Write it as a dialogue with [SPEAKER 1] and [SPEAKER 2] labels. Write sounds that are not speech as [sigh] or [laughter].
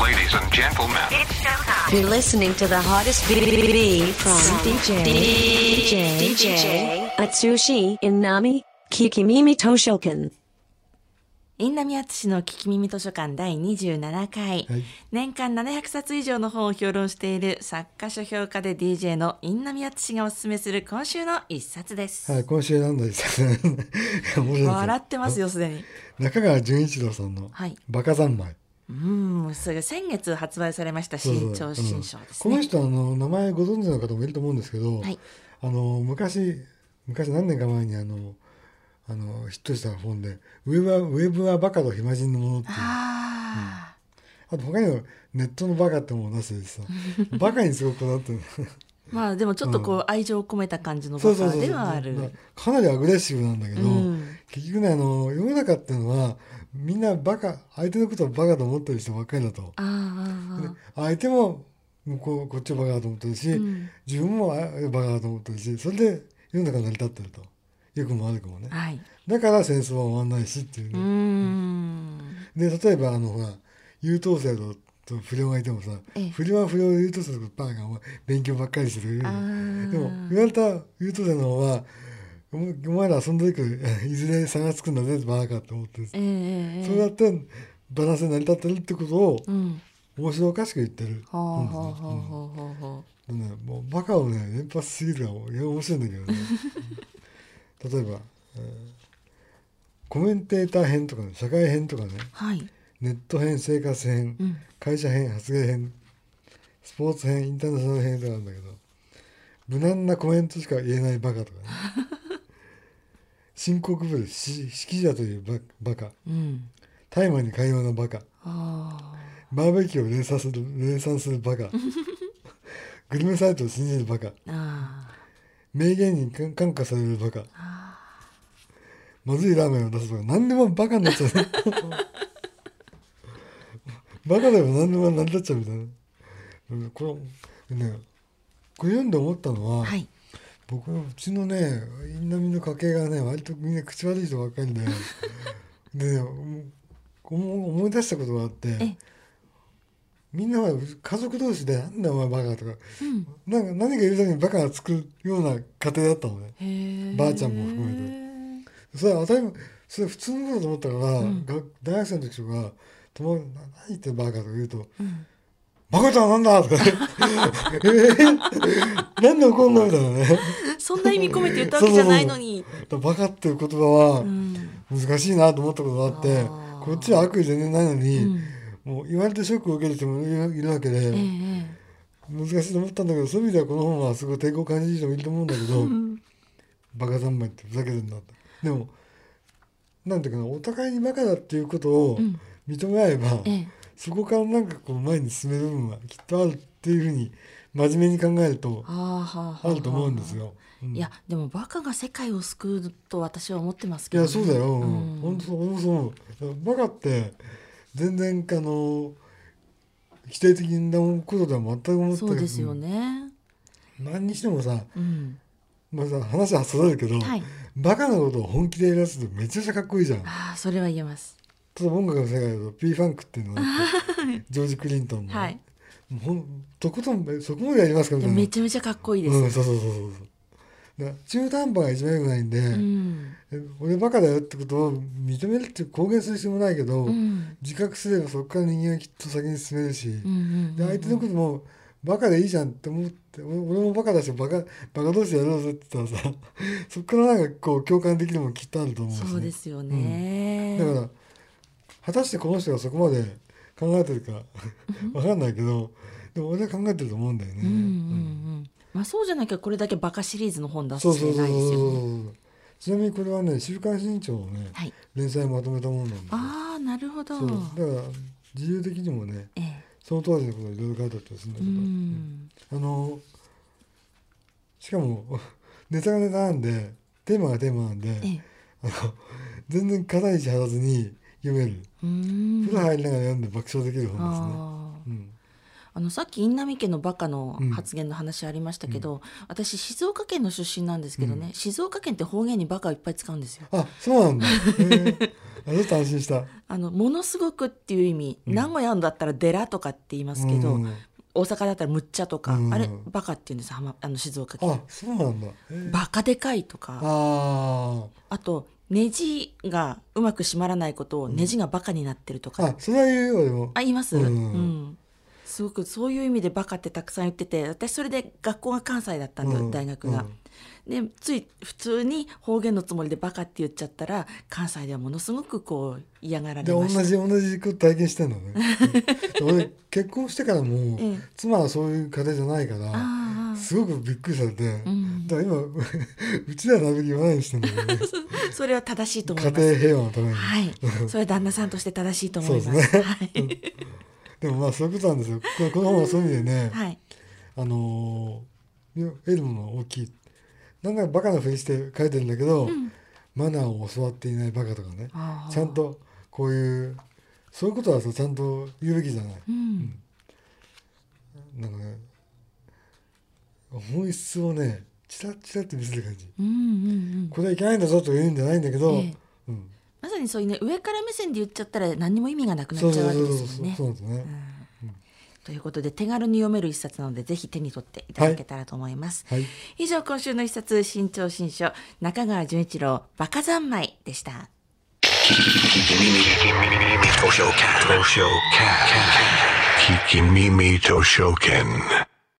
[SPEAKER 1] Ladies and gentlemen,
[SPEAKER 2] You're listening to the hottest BBB from DJ DJ DJ Atsushi Inami Kikimimi Toshoken.
[SPEAKER 3] インナミアツシの聞き耳図書館第27回、
[SPEAKER 4] はい
[SPEAKER 3] 年間700冊以上の本を評論している作家書評家で DJ のインナミアツシがおすすめする今週の一冊です、
[SPEAKER 4] はい、今週なんだ一 [laughs] 冊面白いです
[SPEAKER 3] 笑ってますよすでに
[SPEAKER 4] 中川純一郎さんの
[SPEAKER 3] はい
[SPEAKER 4] 「バカ三昧」
[SPEAKER 3] うんすぐ先月発売されました
[SPEAKER 4] そうそ
[SPEAKER 3] 新
[SPEAKER 4] う
[SPEAKER 3] 潮新書です
[SPEAKER 4] うんこの
[SPEAKER 3] ね
[SPEAKER 4] 人あの名前ご存知の方もいると思うんですけど、
[SPEAKER 3] はい
[SPEAKER 4] あの昔昔何年か前にあのあのヒットした本で「ウェブはウェブはバカと暇人のもの」っていうあ
[SPEAKER 3] あ
[SPEAKER 4] と他にもネットのバカってものを出してて
[SPEAKER 3] [laughs]
[SPEAKER 4] さバカにすごくこだわってる
[SPEAKER 3] ーまあでもちょっとこう愛情を込めた感じの
[SPEAKER 4] そ
[SPEAKER 3] [laughs] バ
[SPEAKER 4] うそう
[SPEAKER 3] カ
[SPEAKER 4] そう
[SPEAKER 3] ではある
[SPEAKER 4] なかなりアグレッシブなんだけど、
[SPEAKER 3] うん
[SPEAKER 4] 結局ねあの世の中っていうのはみんなバカ相手のことをバカと思ってる人ばっかりだと。
[SPEAKER 3] あーあーあー
[SPEAKER 4] 相手も向こうこっちをバカだと思ってるし、
[SPEAKER 3] うん
[SPEAKER 4] 自分もあバカだと思ってるしそれで世の中成り立ってると良くも悪くもね
[SPEAKER 3] はい
[SPEAKER 4] だから戦争は終わんないしっていう
[SPEAKER 3] うー
[SPEAKER 4] ね、
[SPEAKER 3] ん
[SPEAKER 4] で例えばあのほら優等生とと不良がいてもさ、
[SPEAKER 3] ええ
[SPEAKER 4] 不良は不良で優等生とバカがお前勉強ばっかりしてる
[SPEAKER 3] あー
[SPEAKER 4] でも言われた優等生の方はお前お前ら遊んでるけど [laughs] いずれ差がつくんだぜバカと思ってる、
[SPEAKER 3] えええ
[SPEAKER 4] そうやってバランスで成り立ってるってことを
[SPEAKER 3] うん
[SPEAKER 4] 面白おかしく言ってる
[SPEAKER 3] ほう
[SPEAKER 4] 本です
[SPEAKER 3] ほう
[SPEAKER 4] ね
[SPEAKER 3] ほうほうほうほ
[SPEAKER 4] でね、もうバカをね連発すぎるからもういや面白いんだけ
[SPEAKER 3] [laughs]
[SPEAKER 4] どね例えば、えーコメンテーター編とかね社会編とかね
[SPEAKER 3] うはい
[SPEAKER 4] ネット編生活編、
[SPEAKER 3] うん
[SPEAKER 4] 会社編発言編スポーツ編インターナショナル編とかあるんだけど無難なコメントしか言えないバカと
[SPEAKER 3] [laughs]
[SPEAKER 4] かね深刻ぶるし指揮者というババカ
[SPEAKER 3] うん
[SPEAKER 4] 大麻に寛容なバカ
[SPEAKER 3] あ
[SPEAKER 4] バーベキューを連鎖する連鎖するバカグルメサイトを信じるバカ
[SPEAKER 3] ーあ
[SPEAKER 4] 名言に感感化されるバカまずいラーメンを出すとか何でもバカになっちゃうバカでも何でも成り立っちゃうみたいなうんこれねこれ読んで思ったの
[SPEAKER 3] ー
[SPEAKER 4] は、
[SPEAKER 3] はい
[SPEAKER 4] 僕うちのねインナミの家系がね割とみんな口悪い人ばっかり [laughs] でで、ね、思思い出したことがあって
[SPEAKER 3] え
[SPEAKER 4] みんなは家族同士で「なんだお前バカ」とか,、なんか何か言うためにバカがつくような家庭だったのねばあちゃんも含
[SPEAKER 3] めて
[SPEAKER 4] それは当たり前それ普通のことだと思ったから、学大学生の時とか友達にな「何言ってんバカ」とか言うと「バカちゃんなんだ」と [laughs] かね「えー、なんで怒んの?」みたいなね。
[SPEAKER 3] そんな意味込めて言ったわけじゃないの
[SPEAKER 4] [laughs]
[SPEAKER 3] に
[SPEAKER 4] バカっていう言葉は
[SPEAKER 3] ん
[SPEAKER 4] 難しいなと思ったことがあって、
[SPEAKER 3] あー
[SPEAKER 4] こっちは悪意全然ないのに、
[SPEAKER 3] うん
[SPEAKER 4] もう言われてショックを受ける人もいるいるわけで、
[SPEAKER 3] ええ
[SPEAKER 4] 難しいと思ったんだけどそういう意味ではこの本はすごい抵抗を感じる人もいると思うんだけど、バカ三昧ってふざけてんだってでもなんていうかなお互いにバカだっていうことを認め合えば、
[SPEAKER 3] ええ
[SPEAKER 4] そこからなんかこう前に進める部分はきっとあるっていうふうに真面目に考えると
[SPEAKER 3] あーはーはーはー
[SPEAKER 4] あると思うんですよ。うん
[SPEAKER 3] いやでもバカが世界を救うと私は思ってます
[SPEAKER 4] い
[SPEAKER 3] けど
[SPEAKER 4] や
[SPEAKER 3] ね
[SPEAKER 4] そうだよ、うん
[SPEAKER 3] ん
[SPEAKER 4] ほんとそうほんとそうバカって全然あの否定的なことでは全く思って
[SPEAKER 3] そ
[SPEAKER 4] ないう
[SPEAKER 3] ですよね
[SPEAKER 4] 何にしてもさ,、
[SPEAKER 3] うん
[SPEAKER 4] まあ、さ話はそれるけど、
[SPEAKER 3] はい
[SPEAKER 4] バカなことを本気でやらすとめちゃくちゃかっこいいじゃん。
[SPEAKER 3] ああそれは言えます
[SPEAKER 4] 例えば音楽の世界だと P ファンクっていうのがあってジョージ・クリントンの、
[SPEAKER 3] はい
[SPEAKER 4] もうほんとことんえそこまでやりますか
[SPEAKER 3] い
[SPEAKER 4] みた
[SPEAKER 3] や
[SPEAKER 4] いな。
[SPEAKER 3] めちゃめちゃかっこいいで
[SPEAKER 4] うん、
[SPEAKER 3] す
[SPEAKER 4] そうそうそうそうだから中途半端が一番よくないんで、
[SPEAKER 3] うん
[SPEAKER 4] え俺バカだよってことを認めるって公言する必要もないけど、
[SPEAKER 3] うん
[SPEAKER 4] 自覚すればそこから人間はきっと先に進めるし、
[SPEAKER 3] うんうん
[SPEAKER 4] で相手のこともバカでいいじゃんって思って俺俺もバカだしバカバカ同士でやろうぜって言ったらさ [laughs] そこからなんかこう共感できるもんきっとあると思うしね
[SPEAKER 3] そうですよね
[SPEAKER 4] だから果たしてこの人がそこまで考えてるかわかんないけどでも俺は考えてると思うんだよね。
[SPEAKER 3] うんうんうんまあそうじゃなきゃこれだけバカシリーズの本出す
[SPEAKER 4] そう
[SPEAKER 3] 必
[SPEAKER 4] そう
[SPEAKER 3] 要
[SPEAKER 4] そう
[SPEAKER 3] ないですよね
[SPEAKER 4] そうちなみにこれはね「週刊新潮」のね、
[SPEAKER 3] はい
[SPEAKER 4] 連載まとめたものなんですよ
[SPEAKER 3] ああなるほど
[SPEAKER 4] そうだから自由的にもね
[SPEAKER 3] ええ
[SPEAKER 4] その当時のことをいろいろ書いてあったりするんだ
[SPEAKER 3] う
[SPEAKER 4] けど、
[SPEAKER 3] ん
[SPEAKER 4] あのしかもネタがネタなんでテーマがテーマなんで、
[SPEAKER 3] ええ
[SPEAKER 4] あの全然肩肘張らずに読める、
[SPEAKER 3] うん
[SPEAKER 4] 風呂入りながら読んで爆笑できる本ですね。
[SPEAKER 3] あー
[SPEAKER 4] うん、
[SPEAKER 3] あのさっき印南家のバカの
[SPEAKER 4] うん
[SPEAKER 3] 発言の話ありましたけど、私静岡県の出身なんですけどね、静岡県って方言にバカをいっぱい使うんですよ。
[SPEAKER 4] あそうなんだ。へえあちょっと安心した。
[SPEAKER 3] あのものすごくっていう意味、名古屋だったら「デラ」とかって言いますけど、
[SPEAKER 4] うん
[SPEAKER 3] 大阪だったら「むっちゃ」とか、
[SPEAKER 4] うん
[SPEAKER 3] あれ「バカ」って言うんですはまあの静岡
[SPEAKER 4] あ
[SPEAKER 3] 県、
[SPEAKER 4] そうなんだ。へー
[SPEAKER 3] バカでかい」とか
[SPEAKER 4] あ
[SPEAKER 3] あとネジがうまく締まらないことをネジがバカになってると
[SPEAKER 4] あ。
[SPEAKER 3] か、
[SPEAKER 4] あ、それは言うよ、でも。
[SPEAKER 3] あ言います、う
[SPEAKER 4] うんん
[SPEAKER 3] すごくそういう意味で「バカ」ってたくさん言ってて私それで学校が関西だったんで、
[SPEAKER 4] うん
[SPEAKER 3] 大学が。でつい普通に方言のつもりで「バカ」って言っちゃったら関西ではものすごくこう嫌がら
[SPEAKER 4] で、
[SPEAKER 3] れ
[SPEAKER 4] 同
[SPEAKER 3] ました。
[SPEAKER 4] じ、同じこと体験してんの
[SPEAKER 3] [laughs]
[SPEAKER 4] ね。で俺、結婚してからも
[SPEAKER 3] ええ、
[SPEAKER 4] 妻はそういう家庭じゃないから、
[SPEAKER 3] ああ
[SPEAKER 4] すごくびっくりされて、
[SPEAKER 3] ん
[SPEAKER 4] だから今、 [laughs] うちらはなるべく言わないようにしてんだけどね、
[SPEAKER 3] それは正しいと思い
[SPEAKER 4] 家
[SPEAKER 3] ます。
[SPEAKER 4] 庭平和のために。
[SPEAKER 3] はい、それは旦那さんとして正しいと思います。
[SPEAKER 4] そうですね
[SPEAKER 3] はい、
[SPEAKER 4] でもまあそういうことなんですよ。ここの本はそういう意味でね、
[SPEAKER 3] はい、
[SPEAKER 4] あのー、得るものは大きい。なんかバカなふりして書いてるんだけど、マナーを教わっていないバカとかね
[SPEAKER 3] あー、
[SPEAKER 4] ちゃんとこういう、そういうことはさ、ちゃんと言うべきじゃない。
[SPEAKER 3] うん、
[SPEAKER 4] なんかね、本質をね、チラッチラッと見せる感じ。
[SPEAKER 3] うん、うん、うん。
[SPEAKER 4] これはいけないんだぞと言うんじゃないんだけど、
[SPEAKER 3] ええ
[SPEAKER 4] うん、
[SPEAKER 3] まさにそういうね、上から目線で言っちゃったら、何にも意味がなくな
[SPEAKER 4] そ
[SPEAKER 3] っ
[SPEAKER 4] う
[SPEAKER 3] ちゃ
[SPEAKER 4] そうう
[SPEAKER 3] わけで
[SPEAKER 4] そうそう
[SPEAKER 3] すもんね
[SPEAKER 4] そ。うですね。
[SPEAKER 3] ということで、手軽に読める一冊なので、ぜひ手に取っていただけたらと思います。
[SPEAKER 4] はい。
[SPEAKER 3] 以上、今週の一冊、新潮新書、中川純一郎、バカ三昧でした。
[SPEAKER 1] Toshoken. Toshoken. Kikimimi Toshoken.